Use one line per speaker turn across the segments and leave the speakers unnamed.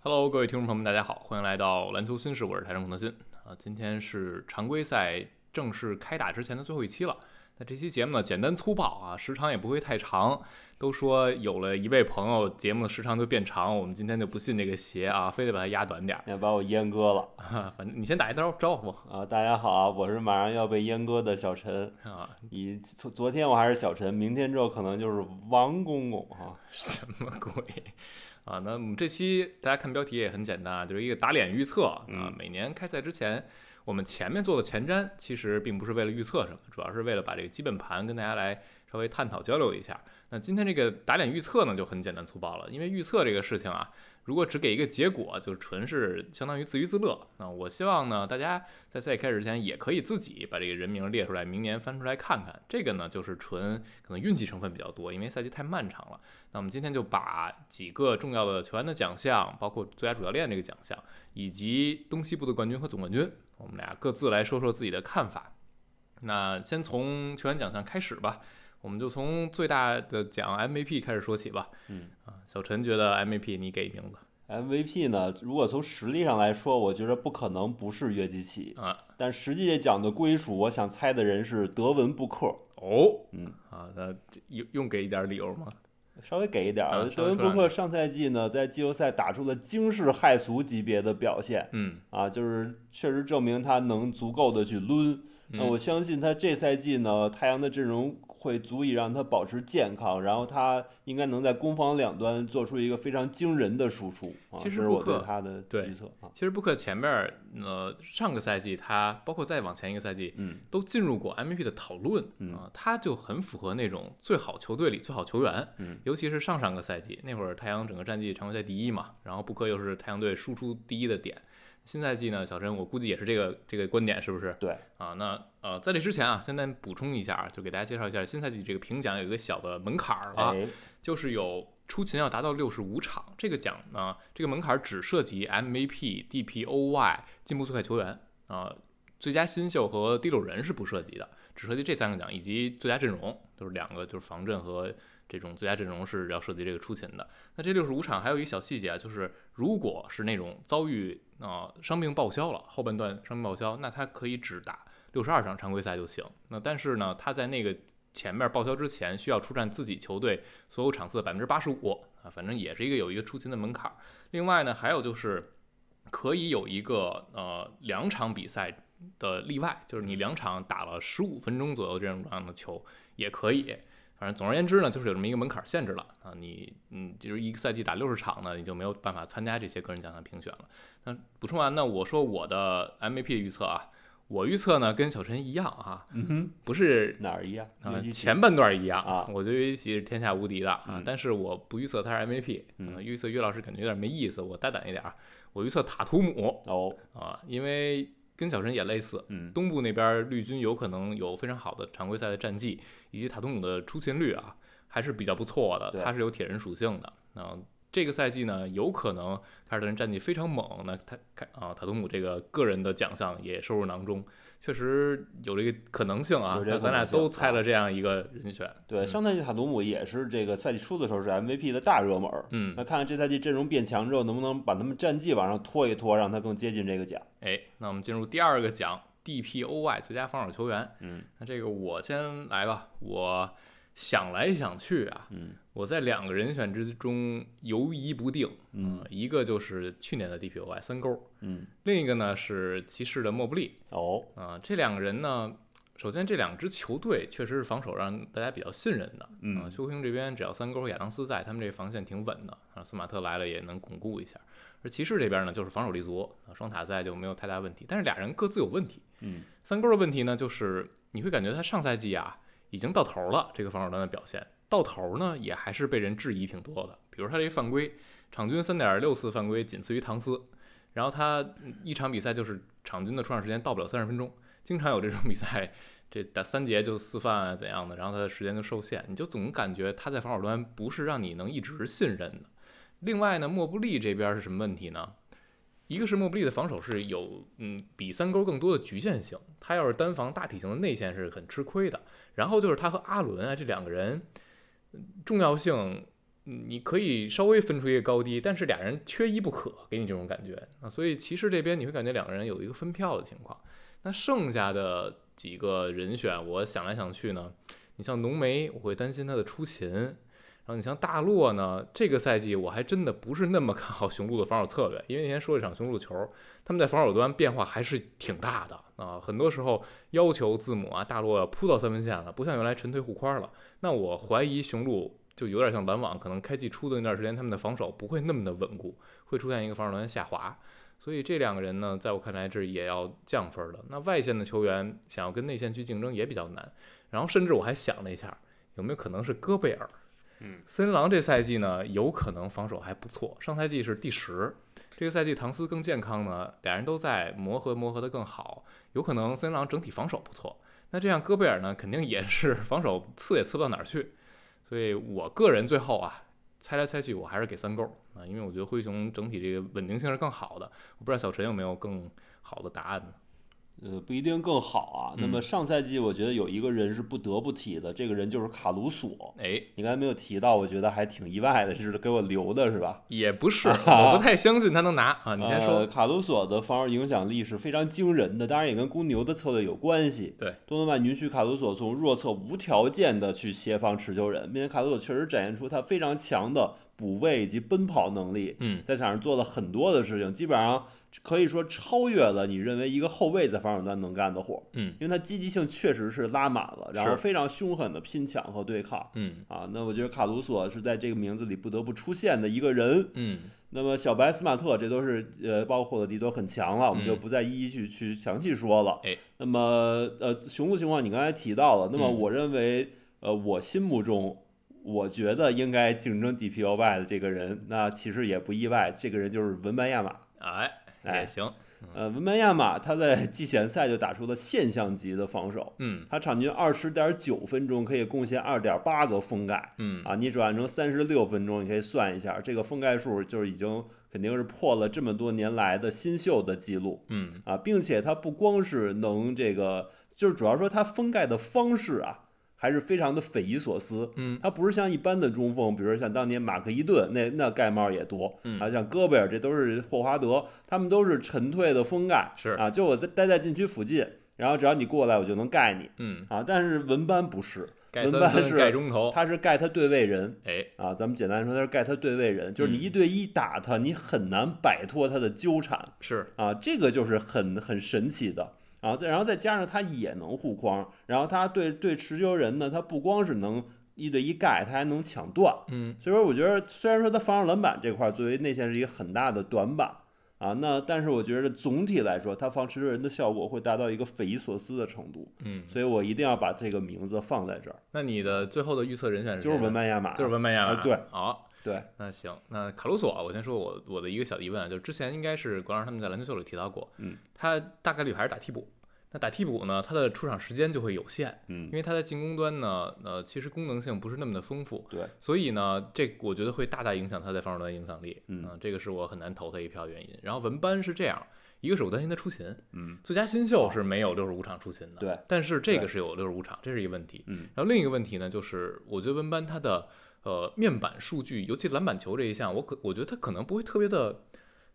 Hello，各位听众朋友们，大家好，欢迎来到篮球新事，我是台上孔德新啊。今天是常规赛正式开打之前的最后一期了。那这期节目呢，简单粗暴啊，时长也不会太长。都说有了一位朋友，节目的时长就变长，我们今天就不信这个邪啊，非得把它压短点儿。
要把我阉割了
啊反正你先打一招招呼
啊！大家好啊，我是马上要被阉割的小陈。
啊，
你昨昨天我还是小陈，明天之后可能就是王公公哈、
什么鬼 啊？那我们这期大家看标题也很简单啊，就是一个打脸预测啊
嗯。
每年开赛之前，我们前面做的前瞻其实并不是为了预测什么，主要是为了把这个基本盘跟大家来稍微探讨交流一下。那今天这个打脸预测呢，就很简单粗暴了，因为预测这个事情啊，如果只给一个结果，就纯是相当于自娱自乐。那我希望呢，大家在赛开始之前也可以自己把这个人名列出来，明年翻出来看看。这个呢，就是纯可能运气成分比较多，因为赛季太漫长了。那我们今天就把几个重要的球员的奖项，包括最佳主教练这个奖项，以及东西部的冠军和总冠军，我们俩各自来说说自己的看法。那先从球员奖项开始吧，我们就从最大的奖 MVP 开始说起吧。
嗯
啊，小陈觉得 MVP 你给名字
MVP 呢，如果从实力上来说，我觉得不可能不是约基奇，
啊？
但实际这奖的归属，我想猜的人是德文布克。
哦，
嗯，
啊，那这用用给一点理由吗？
稍微给一点
啊
儿，
稍
德
微
文
说两
布克上赛季呢，在季后赛打出了惊世骇俗级别的表现
嗯，
啊，就是确实证明他能足够的去抡。那
嗯
我相信他这赛季呢，太阳的阵容会足以让他保持健康，然后他应该能在攻防两端做出一个非常惊人的输出啊。
其实
这是
布
我对
克
他的
对
预测啊，
其实布克前面儿呃上个赛季他包括再往前一个赛季，
嗯，
都进入过 MVP 的讨论
嗯
啊，他就很符合那种最好球队里最好球员，
嗯，
尤其是上上个赛季那会儿，太阳整个战绩常规赛第一嘛，然后布克又是太阳队输出第一的点。新赛季呢，小陈我估计也是这个这个观点，是不是？
对
啊，那呃，在这之前啊，先咱补充一下啊，就给大家介绍一下新赛季这个评奖有一个小的门槛儿了，啊
哎，
就是有出勤要达到六十五场，这个奖呢，这个门槛只涉及 MVP、DPOY、进步最快球员啊、最佳新秀和第六人是不涉及的，只涉及这三个奖以及最佳阵容，就是两个就是防阵和这种最佳阵容是要涉及这个出勤的。那这六十五场还有一个小细节啊，就是如果是那种遭遇啊、呃伤病报销了，后半段伤病报销，那他可以只打六十二场常规赛就行。那但是呢，他在那个前面报销之前需要出战自己球队所有场次的百分之八十五啊，反正也是一个有一个出勤的门槛儿。另外呢，还有就是可以有一个呃两场比赛的例外，就是你两场打了十五分钟左右这种样的球也可以。反正总而言之呢，就是有这么一个门槛儿限制了啊，你嗯，就是一个赛季打六十场呢，你就没有办法参加这些个人奖项评选了。那补充完呢，我说我的 MVP 预测啊，我预测呢跟小陈一样啊，
嗯哼，
不是
哪儿一样？
啊
约，基奇
前半段一样
啊
我觉得约基奇是天下无敌的啊，
嗯
但是我不预测他是 MVP，
嗯
呃预测岳老师感觉有点没意思，我大胆一点儿，我预测塔图姆
哦，
啊，因为跟小陈也类似，
嗯，
东部那边绿军有可能有非常好的常规赛的战绩，以及塔图姆的出勤率啊，还是比较不错的。
对
他是有铁人属性的。那、这个赛季呢，有可能凯尔特人战绩非常猛，那他凯啊塔图姆这个个人的奖项也收入囊中，确实有这个可能性啊
有。这
那
个
咱俩
可能性啊
都猜了这样一个人选，
对，上赛季塔图姆也是这个赛季初的时候是 MVP 的大热门儿。
嗯，
那看看这赛季阵容变强之后，能不能把他们战绩往上拖一拖，让他更接近这个奖？
哎，那我们进入第二个奖 DPOY 最佳防守球员。
嗯，
那这个我先来吧，我想来想去啊，
嗯
我在两个人选之中犹疑不定，
嗯
呃一个就是去年的 DPOY 三勾，
嗯，
另一个呢是骑士的莫布利
哦，
啊、这两个人呢，首先这两支球队确实是防守让大家比较信任的，啊，
嗯
休斯顿这边只要三勾和亚当斯在，他们这防线挺稳的啊，斯马特来了也能巩固一下。而骑士这边呢，就是防守立足啊，双塔在就没有太大问题，但是俩人各自有问题。
嗯，
三勾的问题呢，就是你会感觉他上赛季啊已经到头了，这个防守端的表现到头呢，也还是被人质疑挺多的。比如他这犯规，场均三点六次犯规，仅次于唐斯。然后他嗯一场比赛就是场均的出场时间到不了三十分钟，经常有这种比赛这打三节就四犯啊怎样的，然后他的时间就受限，你就总感觉他在防守端不是让你能一直信任的。另外呢，莫布利这边是什么问题呢？一个是莫布利的防守是有嗯比三勾更多的局限性，他要是单防大体型的内线是很吃亏的。然后就是他和阿伦啊这两个人嗯重要性你可以稍微分出一个高低，但是俩人缺一不可，给你这种感觉啊。所以骑士这边你会感觉两个人有一个分票的情况。那剩下的几个人选，我想来想去呢，你像浓眉，我会担心他的出勤；然后你像大洛呢，这个赛季我还真的不是那么看好雄鹿的防守策略，因为那天说一场雄鹿球，他们在防守端变化还是挺大的啊，很多时候要求字母啊大洛要扑到三分线了，不像原来沉推护框了。那我怀疑雄鹿。就有点像篮网，可能开季初的那段时间，他们的防守不会那么的稳固，会出现一个防守端下滑。所以这两个人呢，在我看来是也要降分的。那外线的球员想要跟内线去竞争也比较难。然后甚至我还想了一下，有没有可能是戈贝尔？
嗯，
森林狼这赛季呢，有可能防守还不错，上赛季是第十，这个赛季唐斯更健康呢，俩人都在磨合磨合的更好，有可能森林狼整体防守不错。那这样戈贝尔呢，肯定也是 防守次也次不到哪儿去。所以我个人最后啊，猜来猜去，我还是给三勾啊，因为我觉得灰熊整体这个稳定性是更好的。我不知道小陈有没有更好的答案呢？
呃，不一定更好啊。那么
嗯
上赛季，我觉得有一个人是不得不提的，这个人就是卡鲁索。
哎，
你刚才没有提到，我觉得还挺意外的，是给我留的是吧？
也不 是，我不太相信他能拿啊。你先
呃
说，
卡鲁索的防守影响力是非常惊人的，当然也跟公牛的策略有关系。
对，
多诺曼允许卡鲁索从弱侧无条件的去协防持球人，并且卡鲁索确实展现出他非常强的补位以及奔跑能力。
嗯，
在场上做了很多的事情，基本上可以说超越了你认为一个后卫在防守端能干的活。
嗯，
因为他积极性确实是拉满了，然后
是
非常凶狠的拼抢和对抗。
嗯
啊，那我觉得卡鲁索是在这个名字里不得不出现的一个人。
嗯，
那么小白、斯马特，这都是呃，包括霍勒迪都很强了，我们就
嗯
不再一一去去详细说了。
哎
那么呃，雄鹿情况你刚才提到了，那么
嗯
我认为、呃，我心目中我觉得应该竞争 DPOY 的这个人，那其实也不意外，这个人就是文班亚马。
哎，
哎
也行，
呃，文班亚马他在 季前赛就打出了现象级的防守，
嗯
他场均二十点九分钟可以贡献二点八个封盖。
嗯，
啊，你转成三十六分钟，你可以算一下，这个封盖数就是已经肯定是破了这么多年来的新秀的记录
嗯
啊，并且它不光是能这个，就是主要说它封盖的方式啊，还是非常的匪夷所思。
嗯
它不是像一般的中锋，比如像当年马克伊顿那那盖帽也多
嗯
啊，像戈贝尔这都是霍华德，他们都是沉退的封盖，
是
啊，就我在待在禁区附近，然后只要你过来，我就能盖你
嗯，
啊。但是文班不是，
盖
文
三
班
分
是
盖中投，
他是盖他对位人。
哎，
啊，咱们简单说，他是盖他对位人，就是你
嗯
一对一打他，你很难摆脱他的纠缠
是，
啊，这个就是很很神奇的啊。再然后再加上他也能护框，然后他对对持球人呢，他不光是能一对一盖，他还能抢断。
嗯
所以说，我觉得虽然说他防守篮板这块儿作为内线是一个很大的短板啊，那但是我觉得总体来说，他防持球人的效果会达到一个匪夷所思的程度，
嗯。
所以我一定要把这个名字放在这儿，
那你的最后的预测人选是谁
就是
呢
文班亚马，
就是文班亚马，
啊对，
好，
对，
那行，那卡鲁索啊，我先说我我的一个小疑问啊，就是之前应该是国让他们在篮球秀里提到过，
嗯，
他大概率还是打替补。那打替补呢，他的出场时间就会有限，
嗯
因为他在进攻端呢，呃，其实功能性不是那么的丰富，
对，
所以呢，这我觉得会大大影响他在防守端的影响力，
嗯
啊这个是我很难投他一票的原因。然后文班是这样，一个是我担心他出勤，
嗯，
最佳新秀是没有六十五场出勤的，
对，
但是这个
对
是有六十五场，这是一个问题，
嗯，
然后另一个问题呢，就是我觉得温班他的呃面板数据，尤其篮板球这一项，我可我觉得他可能不会特别的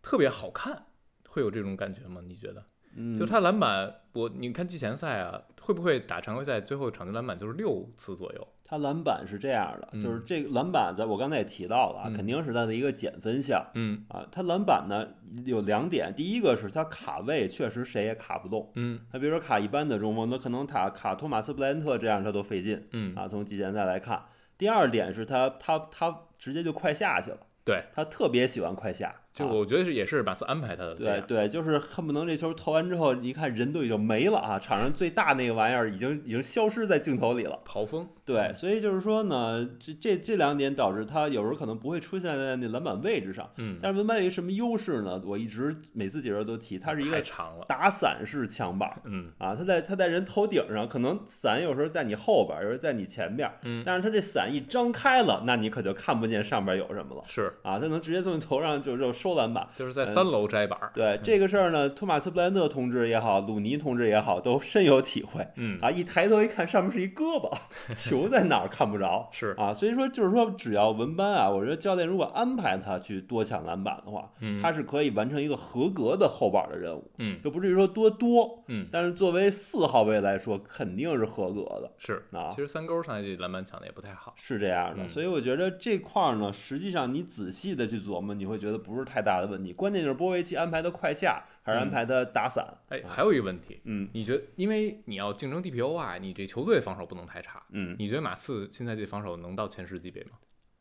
特别好看，会有这种感觉吗？你觉得？
嗯
就他篮板，我你看季前赛啊，会不会打常规赛最后场均篮板就是六次左右？
他篮板是这样的，
嗯
就是这个篮板，在我刚才也提到了啊，
嗯
肯定是他的一个减分项
嗯
啊。他篮板呢有两点，第一个是他卡位确实谁也卡不动，
嗯
他比如说卡一般的中锋，他可能卡卡托马斯布莱恩特这样他都费劲
嗯
啊。从季前赛来看，第二点是他他他直接就快下去了，
对
他特别喜欢快下，
就
啊
我觉得是也是马刺安排他的这
对
样，
对，就是恨不能这球投完之后，你一看人都已经没了啊，场上最大那个玩意儿已经已经消失在镜头里了。
跑风，
对，所以就是说呢，这这这两点导致他有时候可能不会出现在那篮板位置上。
嗯，
但是文班有一什么优势呢？我一直每次解说都提，他是一
太
个
长了，
打伞式抢板
嗯
啊，他在他在人头顶上，可能伞有时候在你后边，有时候在你前边，
嗯
但是他这伞一张开了，那你可就看不见上边有什么了
是
啊，他能直接从你头上就就收收篮板。
就是在三楼摘板儿。
对这个事儿呢，托马斯布莱特同志也好，鲁尼同志也好，都深有体会
嗯，
啊！一抬头一看，上面是一胳膊， 球在哪儿看不着
是，
啊！所以说，就是说，只要文班啊，我觉得教练如果安排他去多抢篮板的话，
嗯
他是可以完成一个合格的后板的任务，
嗯
就不至于说多多，
嗯
但是作为四号位来说，肯定是合格的。
是。
啊
其实三勾上赛季篮板抢的也不太好。
是这样的，
嗯
所以我觉得这块儿呢，实际上你仔细的去琢磨，你会觉得不是太大的问题。关键就是波维奇安排的快下，
嗯
还是安排的打散？
哎，还有一个问题，
嗯
你觉得，因为你要竞争 DPOY，你这啊球队防守不能太差。
嗯，
你觉得马刺新赛季防守能到前十级别吗？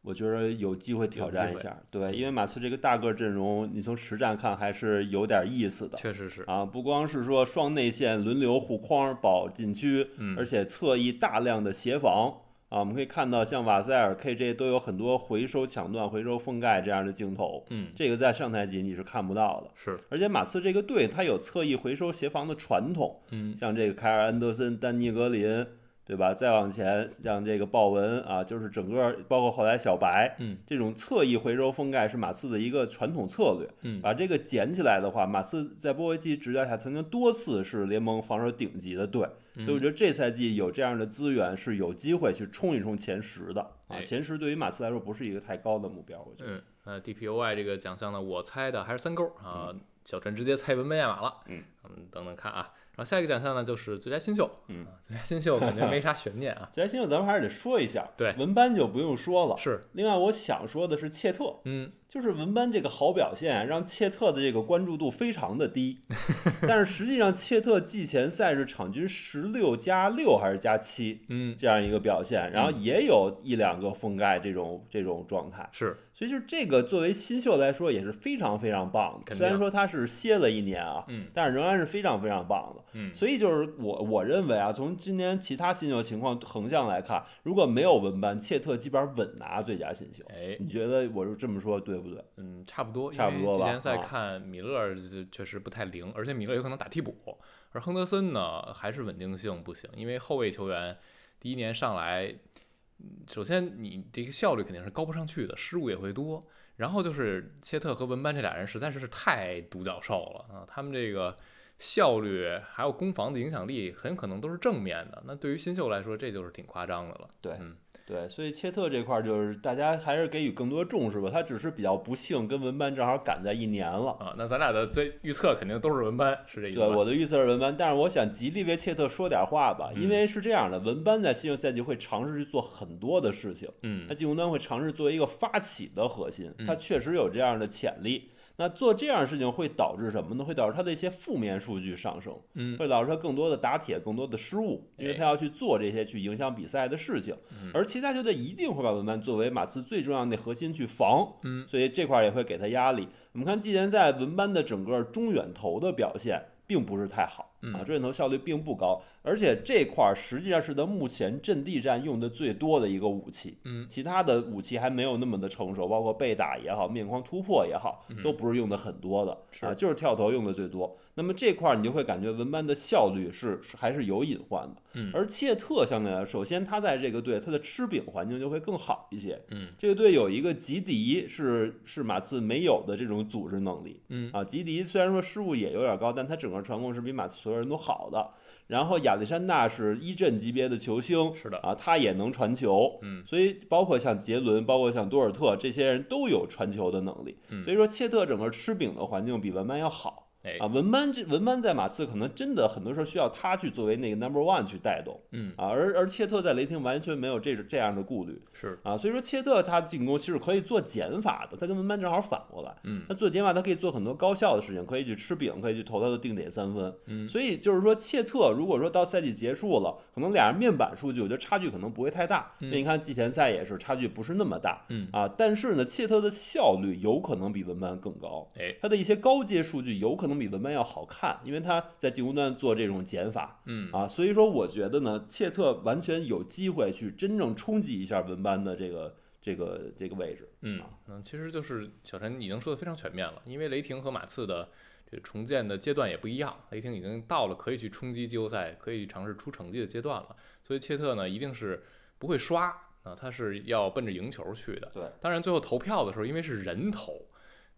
我觉得有机会挑战一下。
嗯
对，因为马刺这个大个儿阵容，你从实战看还是有点意思的
确实是，
啊，不光是说双内线轮流护框保禁区，
嗯
而且侧翼大量的协防。啊，我们可以看到，像瓦塞尔、KJ 都有很多回收抢断、回收封盖这样的镜头，
嗯
这个在上赛季你是看不到的。
是，
而且马刺这个队，它有侧翼回收协防的传统，
嗯
像这个凯尔安德森、丹尼格林，对吧？再往前，像这个鲍文啊，就是整个包括后来小白，
嗯
这种侧翼回收封盖是马刺的一个传统策略。
嗯
把这个捡起来的话，马刺在波维奇执教下曾经多次是联盟防守顶级的队，
嗯
所以我觉得这赛季有这样的资源是有机会去冲一冲前十的啊。
哎
前十对于马刺来说不是一个太高的目标，我觉得。
嗯，呃，DPOY 这个奖项呢，我猜的还是三勾啊，小陈直接猜文本亚马了。
嗯
等等看啊，然后下一个奖项呢就是最佳新秀。
嗯。
啊，最佳新秀感觉没啥悬念啊
在新秀咱们还是得说一下，
对
文班就不用说了，
是，
另外，我想说的是，切特
嗯
就是文班这个好表现，啊让切特的这个关注度非常 的低。但是实际上，切特季前赛是场均十六加六还是加七
嗯，
这样一个表现，然后也有一两个封盖这种这种状态，
是，
所以就是这个作为新秀来说也是非常非常棒的。
肯定
虽然说他是歇了一年啊，
嗯
但是仍然是非常非常棒的。
嗯
所以就是我我认为啊，从今年其他新秀情况横向来看，如果没有文班，切特基本上稳拿最佳新秀。
哎，
你觉得我就这么说对不对？
嗯，差不多，因
差不
为
多
季
吧
前赛
啊
看米勒儿就确实不太灵，而且米勒有可能打替补，而亨德森呢还是稳定性不行，因为后卫球员第一年上来，嗯首先你这个效率肯定是高不上去的，失误也会多。然后就是切特和文班这俩人实在是太独角兽了啊，他们这个效率还有攻防的影响力很可能都是正面的，那对于新秀来说这就是挺夸张的了。
对
嗯，
对，所以切特这块儿就是大家还是给予更多重视吧。他只是比较不幸，跟文班正好赶在一年了。
啊，那咱俩的最预测肯定都是文班，是这意思
对
吧？
我的预测是文班，但是我想极力为切特说点话吧，
嗯
因为是这样的，文班在新秀赛季会尝试去做很多的事情，
嗯
他进攻端会尝试作为一个发起的核心，
嗯
他确实有这样的潜力。那做这样的事情会导致什么呢？会导致他的一些负面数据上升，
嗯
会导致他更多的打铁、更多的失误，因为
哎
他要去做这些去影响比赛的事情。
嗯
而其他球队一定会把文班作为马刺最重要的核心去防，
嗯，
所以这块儿也会给他压力。我们看季前赛文班的整个中远投的表现并不是太好
嗯
啊，中远投效率并不高，而且这块儿实际上是他目前阵地战用的最多的一个武器。
嗯
其他的武器还没有那么的成熟，包括被打也好，面框突破也好，都不是用的很多的，
嗯是
啊，就是跳投用的最多。那么这块儿你就会感觉文班的效率是是还是有隐患的，
嗯
而切特相对来，首先他在这个队他的吃饼环境就会更好一些。
嗯
这个队有一个吉迪是是马刺没有的这种组织能力，
嗯
啊，吉迪虽然说失误也有点高，但他整个传控是比马刺所有人都好的。然后亚历山大是一阵级别的球星，
是的
啊，他也能传球，
嗯
所以包括像杰伦，包括像多尔特这些人都有传球的能力，
嗯
所以说切特整个吃饼的环境比文班要好
哎
啊。文班这文班在马刺可能真的很多时候需要他去作为那个 number one 去带动
嗯
啊，而而切特在雷霆完全没有这这样的顾虑
是
啊，所以说切特他进攻其实可以做减法的，他跟文班正好反过来。
嗯
那做减法，他可以做很多高效的事情，可以去吃饼，可以去投他的定点三分。
嗯
所以就是说，切特如果说到赛季结束了，可能俩人面板数据，我觉得差距可能不会太大。
嗯
那你看季前赛也是差距不是那么大
嗯
啊，但是呢，切特的效率有可能比文班更高，
哎
他的一些高阶数据有可能比文班要好看，因为他在进攻端做这种减法。
嗯
啊，所以说我觉得呢，切特完全有机会去真正冲击一下文班的这个这个这个位置。
嗯嗯，其实就是小陈已经说的非常全面了，因为雷霆和马刺的这个重建的阶段也不一样，雷霆已经到了可以去冲击季后赛、可以尝试出成绩的阶段了，所以切特呢一定是不会刷啊，他是要奔着赢球去的。
对，
当然最后投票的时候，因为是人投，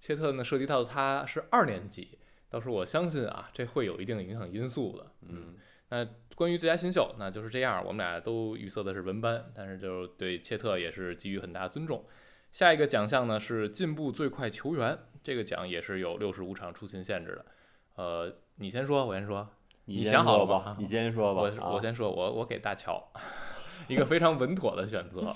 切特呢涉及到他是二年级，到时候我相信啊，这会有一定的影响因素的。
嗯，
那关于最佳新秀，那就是这样，我们俩都预测的是文班，但是就对切特也是给予很大尊重。下一个奖项呢是进步最快球员，这个奖也是有六十五场出勤限制的。呃，你先说，我先说，你
先
想好
说
了吗
吧？你先说吧。
我是
啊
我先说，我我给大乔一个非常稳妥的选择，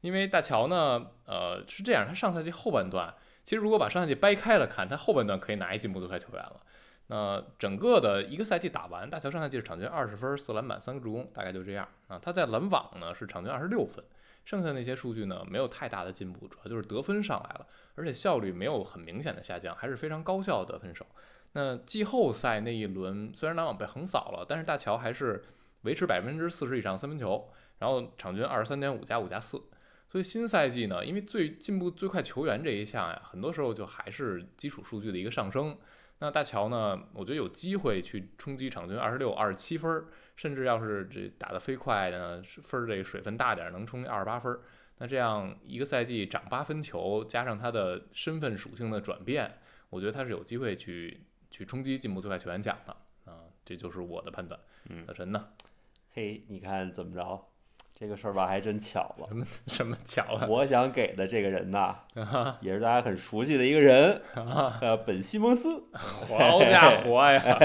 因为大乔呢，呃，是这样，他上赛季后半段，其实如果把上赛季掰开了看，他后半段可以拿一进步最快球员了。那整个的一个赛季打完，大乔上赛季是场均二十分、四篮板、三个助攻，大概就这样啊。他在篮网呢是场均二十六分，剩下那些数据呢没有太大的进步，主要就是得分上来了，而且效率没有很明显的下降，还是非常高效的得分手。那季后赛那一轮，虽然篮网被横扫了，但是大乔还是维持百分之四十以上三分球，然后场均二十三点五加五加四。所以新赛季呢，因为最进步最快球员这一项呀，很多时候就还是基础数据的一个上升。那大乔呢，我觉得有机会去冲击场均二十六、二十七分儿，甚至要是这打得飞快呢，分儿这个水分大点儿，能冲击二十八分儿。那这样一个赛季涨八分球，加上他的身份属性的转变，我觉得他是有机会去去冲击进步最快球员奖的啊、这就是我的判断。
嗯
老陈呢？
嘿，你看怎么着？这个事儿吧，还真巧了。
什么什么啊巧 啊？
我想给的这个人呐，也是大家很熟悉的一个人，
啊
呃，本西蒙
哎
斯。
好家伙呀！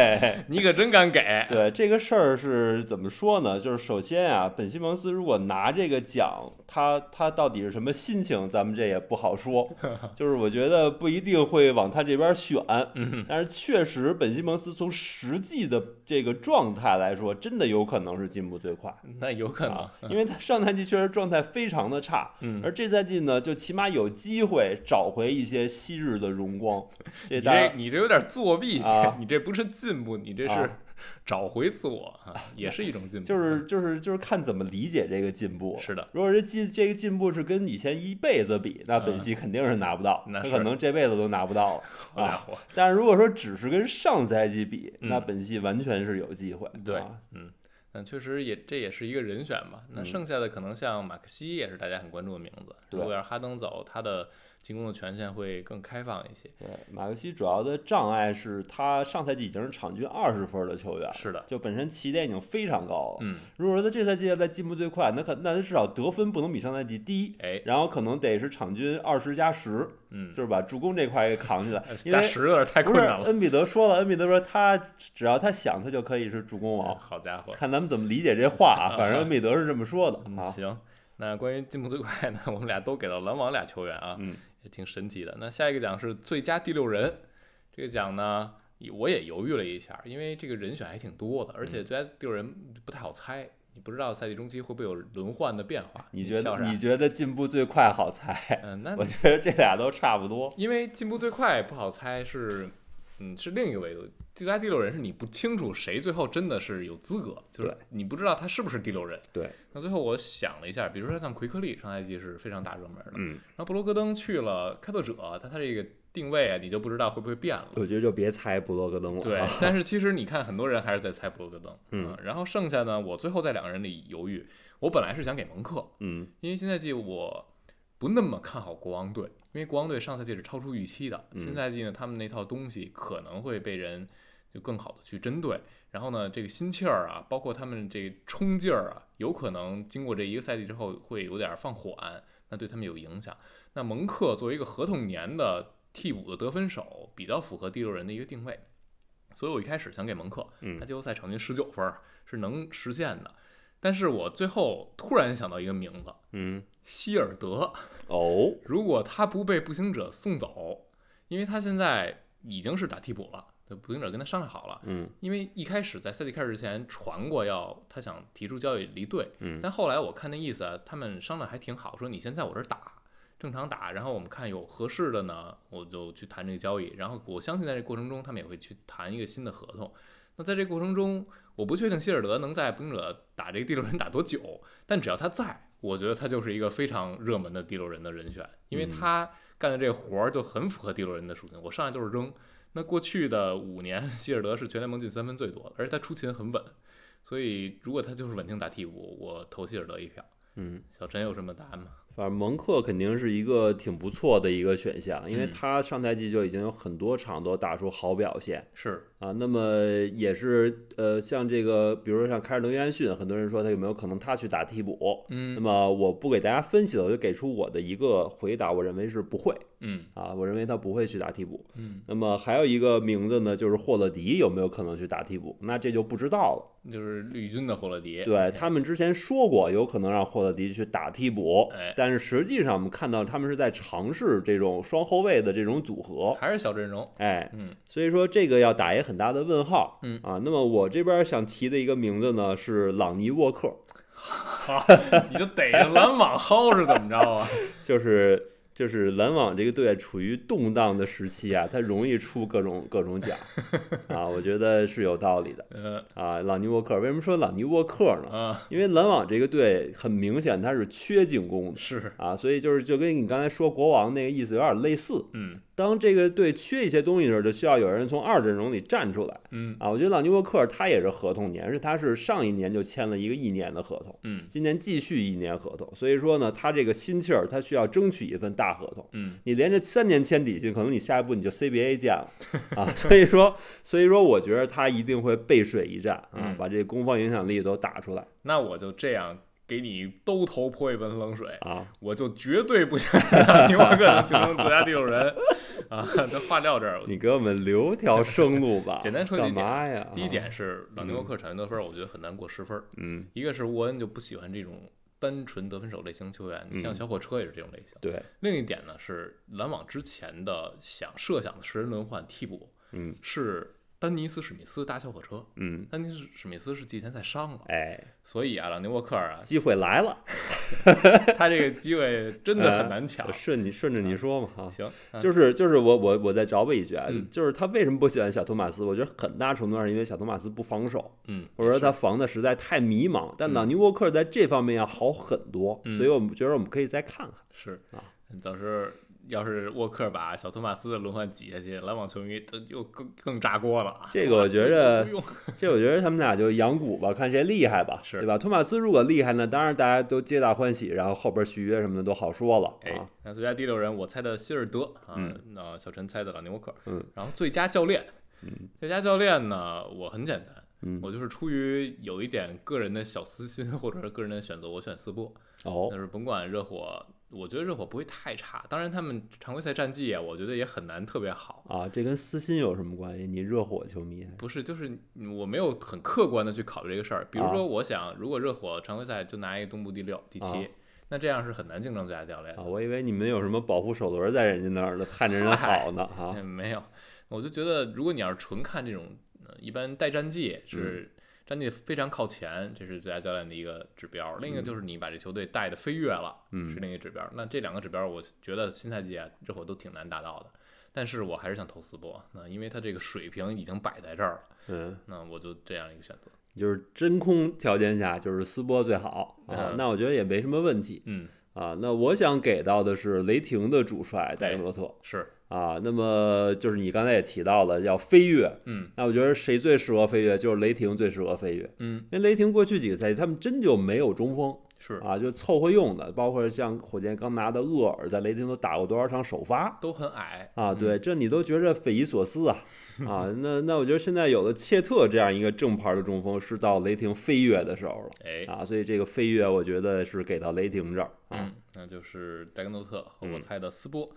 你可真敢给！
对这个事儿是怎么说呢？就是首先啊，本西蒙斯如果拿这个奖，他他到底是什么心情，咱们这也不 好说。就是我觉得不一定会往他这边选，
嗯
但是确实本西蒙斯从实际的这个状态来说，真的有可能是进步最快。
那有可能
啊，，因为他上赛季确实状态非常的差，
嗯，
而这赛季呢，就起码有机会找回一些昔日的 荣光。这
你
大家
这你这有点作弊性，
啊
你这不是进步，你这是
啊
找回自我啊，也是一种进步。
就是就是就是看怎么理解这个进步。
是的，
如果这进这个进步是跟以前一辈子比，那本西肯定是拿不到，
嗯那
他
是
可能这辈子都拿不 到了。
好
啊
家伙，
但是如果说只是跟上赛季比，
嗯
那本西完全是有机会。
对
啊，
嗯。那确实也，这也是一个人选吧。那
嗯
剩下的可能像马克西也是大家很关注的名字。
对
如果要是哈登走，他的进攻的权限会更开放一些。
对，马克西主要的障碍是他上赛季已经是场均二十分的球员，
是的，
就本身起点已经非常高了。
嗯，
如果说他这赛季要再进步最快，那可那他至少得分不能比上赛季低，
哎，
然后可能得是场均二十加十，
嗯
就，是把助攻这块给扛起来
呃。
因
加
为
十有点太
不
困
是
难了。
恩比德说了，恩比德说他只要他想，他就可以是助攻王。
好家伙，
看咱们怎么理解这话
啊
啊，反正恩比德是这么说的
嗯，
啊。
行，那关于进步最快呢，我们俩都给到篮网俩球员啊，
嗯，
也挺神奇的。那下一个奖是最佳第六人，这个奖呢，也我也犹豫了一下，因为这个人选还挺多的，而且最佳第六人不太好猜，你不知道赛季中期会不会有轮换的变化。
你觉
笑
得
啥
你觉得进步最快好猜？
嗯，那
我觉得这俩都差不多。
因为进步最快不好猜是，嗯，是另一个维度。最佳第六人是你不清楚谁最后真的是有资格，就是
对
你不知道他是不是第六人。
对，
那最后我想了一下，比如说像奎克利上赛季是非常大热门的，
嗯，
然后布罗格登去了开拓者，他他这个定位啊，你就不知道会不会变了。
我觉得就别猜布洛格登了。啊
对，但是其实你看，很多人还是在猜布罗格登，
嗯
啊，然后剩下呢，我最后在两个人里犹豫，我本来是想给蒙克，
嗯，
因为新赛季我不那么看好国王队，因为国王队上赛季是超出预期的，
嗯
新赛季呢，他们那套东西可能会被人就更好的去针对。然后呢，这个心气儿啊，包括他们这个冲劲儿啊，有可能经过这一个赛季之后会有点放缓，那对他们有影响。那蒙克作为一个合同年的替补的得分手，比较符合第六人的一个定位，所以我一开始想给蒙克，
嗯
他季后赛场均十九分儿是能实现的。但是我最后突然想到一个名字，
嗯，
希尔德，
哦，
如果他不被步行者送走，因为他现在已经是打替补了，对步行者跟他商量好了，
嗯
因为一开始在赛季开始之前传过要他想提出交易离队，
嗯
但后来我看那意思啊，他们商量还挺好，说你先在我这儿打，正常打，然后我们看有合适的呢，我就去谈这个交易。然后我相信在这过程中，他们也会去谈一个新的合同。那在这过程中，我不确定希尔德能在步行者打这个第六人打多久，但只要他在，我觉得他就是一个非常热门的第六人的人选，因为
嗯
他干的这个活儿就很符合第六人的属性。我上来就是扔。那过去的五年，希尔德是全联盟进三分最多的，而且他出勤很稳，所以如果他就是稳定打替补，我投希尔德一票。
嗯，
小陈有什么答案吗？
反正蒙克肯定是一个挺不错的一个选项，因为
嗯
他上赛季就已经有很多场都打出好表现
是，
啊。那么也是呃，像这个，比如说像凯尔德约翰逊，很多人说他有没有可能他去打替补？那
嗯
么我不给大家分析了，我就给出我的一个回答，我认为是不会
嗯
啊，我认为他不会去打替补。
嗯，
那么还有一个名字呢，就是霍勒迪有没有可能去打替补？那这就不知道了。
就是绿军的霍勒迪，
对他们之前说过有可能让霍勒迪去打替补
哎，
但是实际上我们看到他们是在尝试这种双后卫的这种组合，
还是小阵容，
哎，
嗯
所以说这个要打一个很大的问号。
嗯
啊，那么我这边想提的一个名字呢是朗尼沃克，
你就逮着篮网薅是怎么着啊？
就是。就是篮网这个队处于动荡的时期啊，他容易出各种各种 奖啊，我觉得是有道理的
呃
啊。朗尼沃克为什么说朗尼沃克呢？
啊，
因为篮网这个队很明显他是缺进攻的，
是，
啊，所以就是就跟你刚才说国王那个意思有点类似。
嗯
当这个队缺一些东西的时候，就需要有人从二阵容里站出来
嗯
啊。我觉得朗尼沃克尔他也是合同年，而且他是上一年就签了一个一年的合同，
嗯
今年继续一年合同，所以说呢，他这个心气儿，他需要争取一份大合同。
嗯
你连着三年签底薪，可能你下一步你就 CBA 见了啊。所以说，所以说，我觉得他一定会背水一战啊
嗯，
把这攻防影响力都打出来
那我就这样给你兜头泼一盆冷水，
啊。
我就绝对不想让尼沃克能竞争最佳第六人 啊！就话撂这儿。。
你给我们留条生路吧
简单说几
干
点
嘛呀？
第一
啊
点是朗尼沃克场均得分儿，我觉得很难过十分儿。
嗯
一个是沃恩就不喜欢这种单纯得分手类型球员，你像
嗯
小火车也是这种类型，。
对，
另一点呢是篮网之前的想设想的十人轮换替补
嗯
是丹尼斯史密斯搭小火车，
嗯，
丹尼斯史密斯是季前赛伤了，
哎，
所以啊，朗尼沃克尔啊，
机会来了，
他这个机会真的很难抢
我。顺你顺着你说嘛啊。
嗯行，啊
嗯就是就是我我我再找补一句啊
嗯，
就是他为什么不喜欢小托马斯？我觉得很大程度上是因为小托马斯不防守，
嗯，
或者说他防的实在太迷茫。但朗尼沃克在这方面要好很多，
嗯
所以我们觉得我们可以再看看。
是
啊，
到时候要是沃克把小托马斯的轮换挤下去，篮网球迷都又更更炸锅了啊！
这个我觉
托马
着
斯不用
这我觉得他们俩就养蛊吧，看谁厉害吧，
是
对吧？托马斯如果厉害呢，当然大家都皆大欢喜，然后后边续约什么的都好说了
哎
啊。，
那最佳第六人我猜的希尔德啊，
嗯
那小陈猜的朗尼沃克，
嗯，
然后最佳教练，
嗯，
最佳教练呢，我很简单，
嗯，
我就是出于有一点个人的小私心或者是个人的选择，我选斯波，
哦
但，是甭管热火，我觉得热火不会太差，当然他们常规赛战绩啊，我觉得也很难特别好。
啊，这跟私心有什么关系？你热火球迷还
不是，就是我没有很客观的去考虑这个事儿。比如
啊
说，我想如果热火常规赛就拿一个东部第六、第七，
啊
那这样是很难竞争最佳教练的
啊，。我以为你们有什么保护首轮在人家那儿了，看着人好呢 哈、
嗯没有，我就觉得如果你要是纯看这种，呃一般带战绩是战绩非常靠前，这是最佳教练的一个指标。另一个就是你把这球队带的飞跃了，是
嗯，
另一个指标。那这两个指标，我觉得新赛季啊，热火都挺难达到的。但是我还是想投斯波，那因为他这个水平已经摆在这儿了，
嗯，
那我就这样一个选择。
就是真空条件下，就是斯波最好啊
嗯。
那我觉得也没什么问题
嗯，
啊。那我想给到的是雷霆的主帅戴克洛特
是，
啊。那么就是你刚才也提到了要飞跃，
嗯
那我觉得谁最适合飞跃，就是雷霆最适合飞跃。
嗯
因为雷霆过去几个赛季，他们真就没有中锋
是，
啊，就凑合用的，包括像火箭刚拿的厄尔，在雷霆都打过多少场首发，
都很矮
啊，对，这你都觉着匪夷所 思啊啊！那那我觉得现在有了切特这样一个正牌的中锋，是到雷霆飞跃的时候了
哎，
啊，所以这个飞跃我觉得是给到雷霆这儿啊
嗯，那就是戴根诺特和我
嗯
猜的斯波。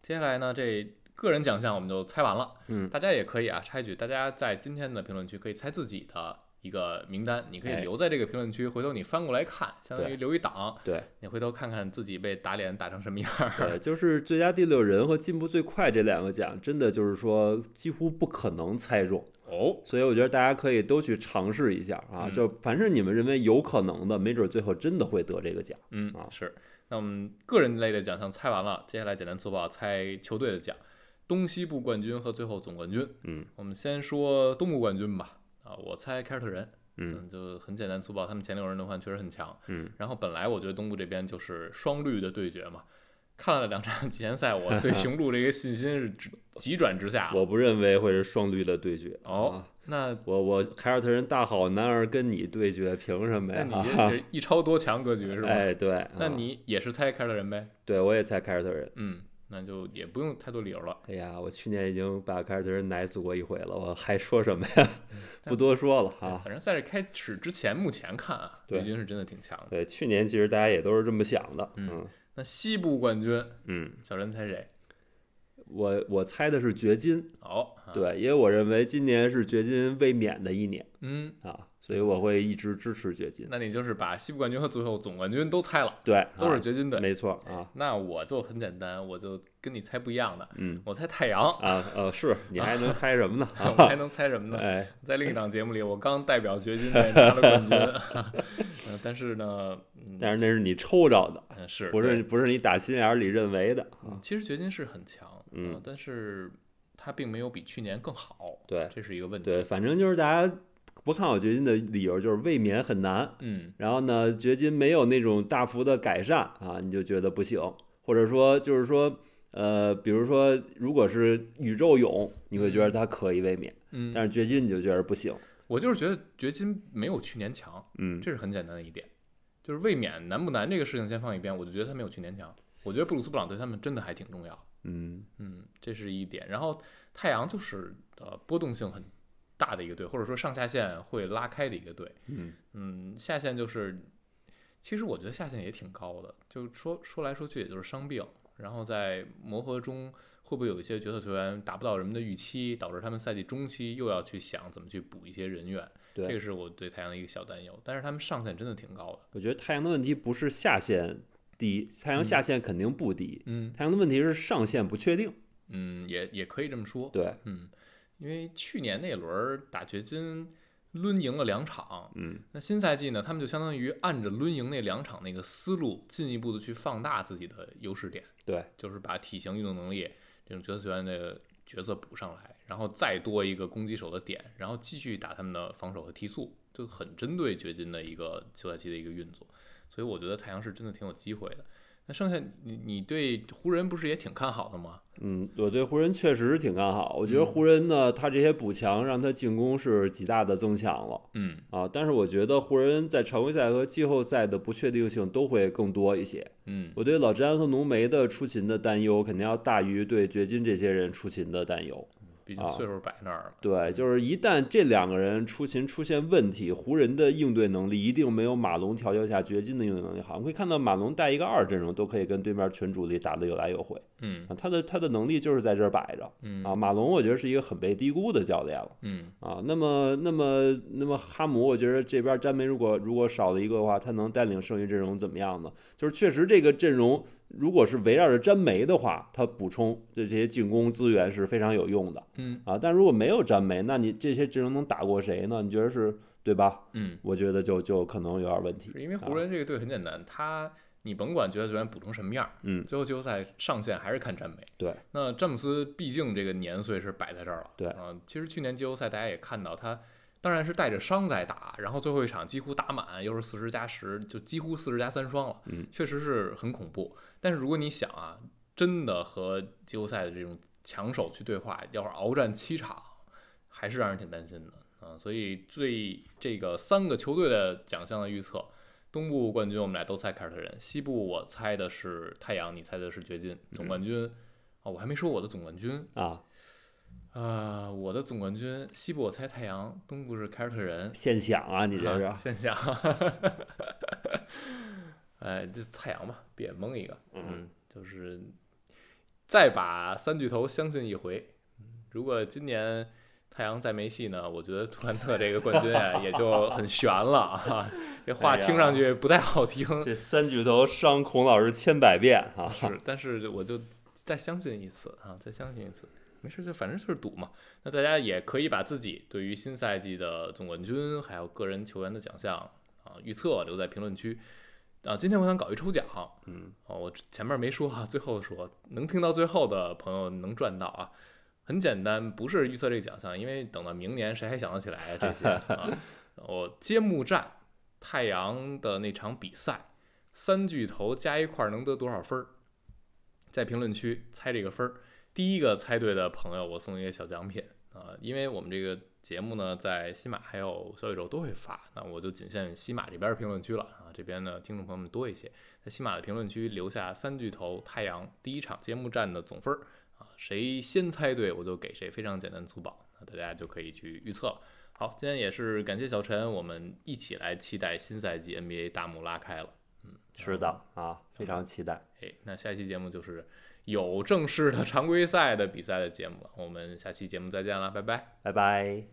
接下来呢，这个人奖项我们就猜完了。
嗯
大家也可以啊，插一句，大家在今天的评论区可以猜自己的一个名单，你可以
哎
留在这个评论区，回头你翻过来看，相当于
对
留一档，
对
你回头看看自己被打脸打成什么样儿。
对，就是最佳第六人和进步最快这两个奖，真的就是说几乎不可能猜中，
哦，
所以我觉得大家可以都去尝试一下啊，
嗯
就凡是你们认为有可能的，没准最后真的会得这个奖。
嗯
啊，
是。那我们个人类的奖项猜完了，接下来简单粗暴猜球队的奖，东西部冠军和最后总冠军。
嗯
我们先说东部冠军吧。啊，我猜凯尔特人，
嗯
嗯，就很简单粗暴，他们前六人轮换确实很强。
嗯，
然后本来我觉得东部这边就是双绿的对决嘛，看了两场季前赛，我对雄鹿这个信心是直急转直下。
我不认为会是双绿的对决。
啊哦
啊，
那
我我凯尔特人大好男儿跟你对决，凭什么
那
呀？
你这 是一超多强格局是吧？
啊哎，对，啊
那你也是猜凯尔特人呗？
对我也猜凯尔特人。
嗯，那就也不用太多理由了。
哎呀，我去年已经把凯尔特人奶死过一回了，我还说什么呀？
嗯
不多说了
对
哈。
反正赛事开始之前，目前看啊，
啊对
雷军是真的挺强的。
对，去年其实大家也都是这么想的。
嗯
嗯
那西部冠军，
嗯，
小陈猜谁？
我我猜的是掘金，
哦，啊，
对，因为我认为今年是掘金卫冕的一年
嗯，
啊，所以我会一直支持掘金。
那你就是把西部冠军和最后总冠军都猜了，
对，
都是
啊
掘金队。
没错啊。
那我就很简单，我就跟你猜不一样的，
嗯
我猜太阳，
啊呃，是你还能猜什么呢？啊
我还能猜什么呢？
哎，
在另一档节目里，我刚代表掘金队拿了冠军， 呃但是呢，嗯，
但是那是你抽着的，
嗯是
不
对
是不是你打心眼儿里认为的
嗯
啊？
其实掘金是很强，
嗯
呃但是他并没有比去年更好，
对
这是一个问题。
对，反正就是大家不看好掘金的理由就是卫冕很难，
嗯，
然后呢，掘金没有那种大幅的改善啊，你就觉得不行，或者说就是说，呃，比如说如果是宇宙勇，你会觉得他可以卫冕，
嗯
但是掘金你就觉得不行，
我就是觉得掘金没有去年强，
嗯，
这是很简单的一点。就是卫冕难不难这个事情先放一边，我就觉得他没有去年强。我觉得布鲁斯布朗对他们真的还挺重要，
嗯，
嗯，这是一点。然后太阳就是呃波动性很大的一个队，或者说上下限会拉开的一个队，
嗯，
嗯，下限就是，其实我觉得下限也挺高的，就说说来说去也就是伤病，然后在磨合中会不会有一些角色球员达不到人们的预期，导致他们赛季中期又要去想怎么去补一些人员，这个
对，
是我对太阳的一个小担忧。但是他们上限真的挺高的，
我觉得太阳的问题不是下限低，太阳
嗯
下限肯定不低，
嗯
太阳的问题是上限不确定，
嗯，也也可以这么说，
对，
嗯，因为去年那轮儿打掘金。抡赢了两场，
嗯，
那新赛季呢？他们就相当于按着抡赢那两场那个思路，进一步的去放大自己的优势点。
对，
就是把体型、运动能力这种角色球员的角色补上来，然后再多一个攻击手的点，然后继续打他们的防守和提速，就很针对掘金的一个休赛期的一个运作。所以我觉得太阳是真的挺有机会的。那剩下你你对湖人不是也挺看好的吗？
嗯，我对湖人确实是挺看好。我觉得
嗯
湖人呢，他这些补强让他进攻是极大的增强了
嗯
啊。但是我觉得湖人在常规赛和季后赛的不确定性都会更多一些。
嗯
我对老詹和浓眉的出勤的担忧肯定要大于对掘金这些人出勤的担忧。
毕竟
啊
岁数摆那儿了。
对，就是一旦这两个人出勤出现问题，湖人的应对能力一定没有马龙调教下掘金的应对能力好。我们会看到马龙带一个二阵容都可以跟对面全主力打得有来有回
嗯
啊，他的他的能力就是在这儿摆着。啊，
嗯
马龙我觉得是一个很被低估的教练了
嗯
啊。那么，那么，那么哈姆，我觉得这边詹梅如果如果少了一个的话，他能带领剩余阵容怎么样呢？就是确实这个阵容如果是围绕着詹梅的话，他补充的这些进攻资源是非常有用的
嗯
啊。但如果没有詹梅，那你这些阵容能打过谁呢？你觉得是对吧？
嗯，
我觉得就就可能有点问题。啊
是因为湖人这个队很简单，他你甭管角色球员补成什么样，
嗯，
最后季后赛上限还是看詹梅。
对，
那詹姆斯毕竟这个年岁是摆在这儿了。
对
啊、其实去年季后赛大家也看到他，当然是带着伤在打，然后最后一场几乎打满，又是四十加十，就几乎四十加三双了。
嗯，
确实是很恐怖。但是如果你想啊，真的和季后赛的这种强手去对话，要是鏖战七场，还是让人挺担心的。啊，所以最这个三个球队的奖项的预测，东部冠军我们俩都猜凯尔特人，西部我猜的是太阳，你猜的是掘金，总
嗯
冠军、啊，我还没说我的总冠军
啊，
啊、我的总冠军西部我猜太阳，东部是凯尔特人，
现想啊，你这
啊
是。
现象， 哎，这太阳吧，别蒙一个，嗯，就是再把三巨头相信一回，如果今年。太阳再没戏呢，我觉得杜兰特这个冠军啊也就很悬了啊， 这话
哎呀
听上去不太好听。
这三巨头伤孔老师千百遍啊！
是，但是我就再相信一次啊，再相信一次，没事，就反正就是赌嘛。那大家也可以把自己对于新赛季的总冠军，还有个人球员的奖项啊预测留在评论区。啊，今天我想搞一抽奖，
嗯，
哦，我前面没说啊，最后说，能听到最后的朋友能赚到啊。很简单，不是预测这个奖项，因为等到明年谁还想得起来啊这些啊？我揭幕战太阳的那场比赛，三巨头加一块儿能得多少分儿？在评论区猜这个分儿。第一个猜对的朋友，我送一个小奖品啊、因为我们这个节目呢，在西马还有小宇宙都会发，那我就仅限于西马这边儿评论区了啊，这边呢听众朋友们多一些，在西马的评论区留下三巨头太阳第一场揭幕战的总分儿啊，谁先猜对我就给谁，非常简单粗暴，那大家就可以去预测了。好，今天也是感谢小陈，我们一起来期待新赛季 NBA 大幕拉开了。
是的啊，非常期待。
哎，那下期节目就是有正式的常规赛的比赛的节目了，我们下期节目再见了，拜拜。
拜拜。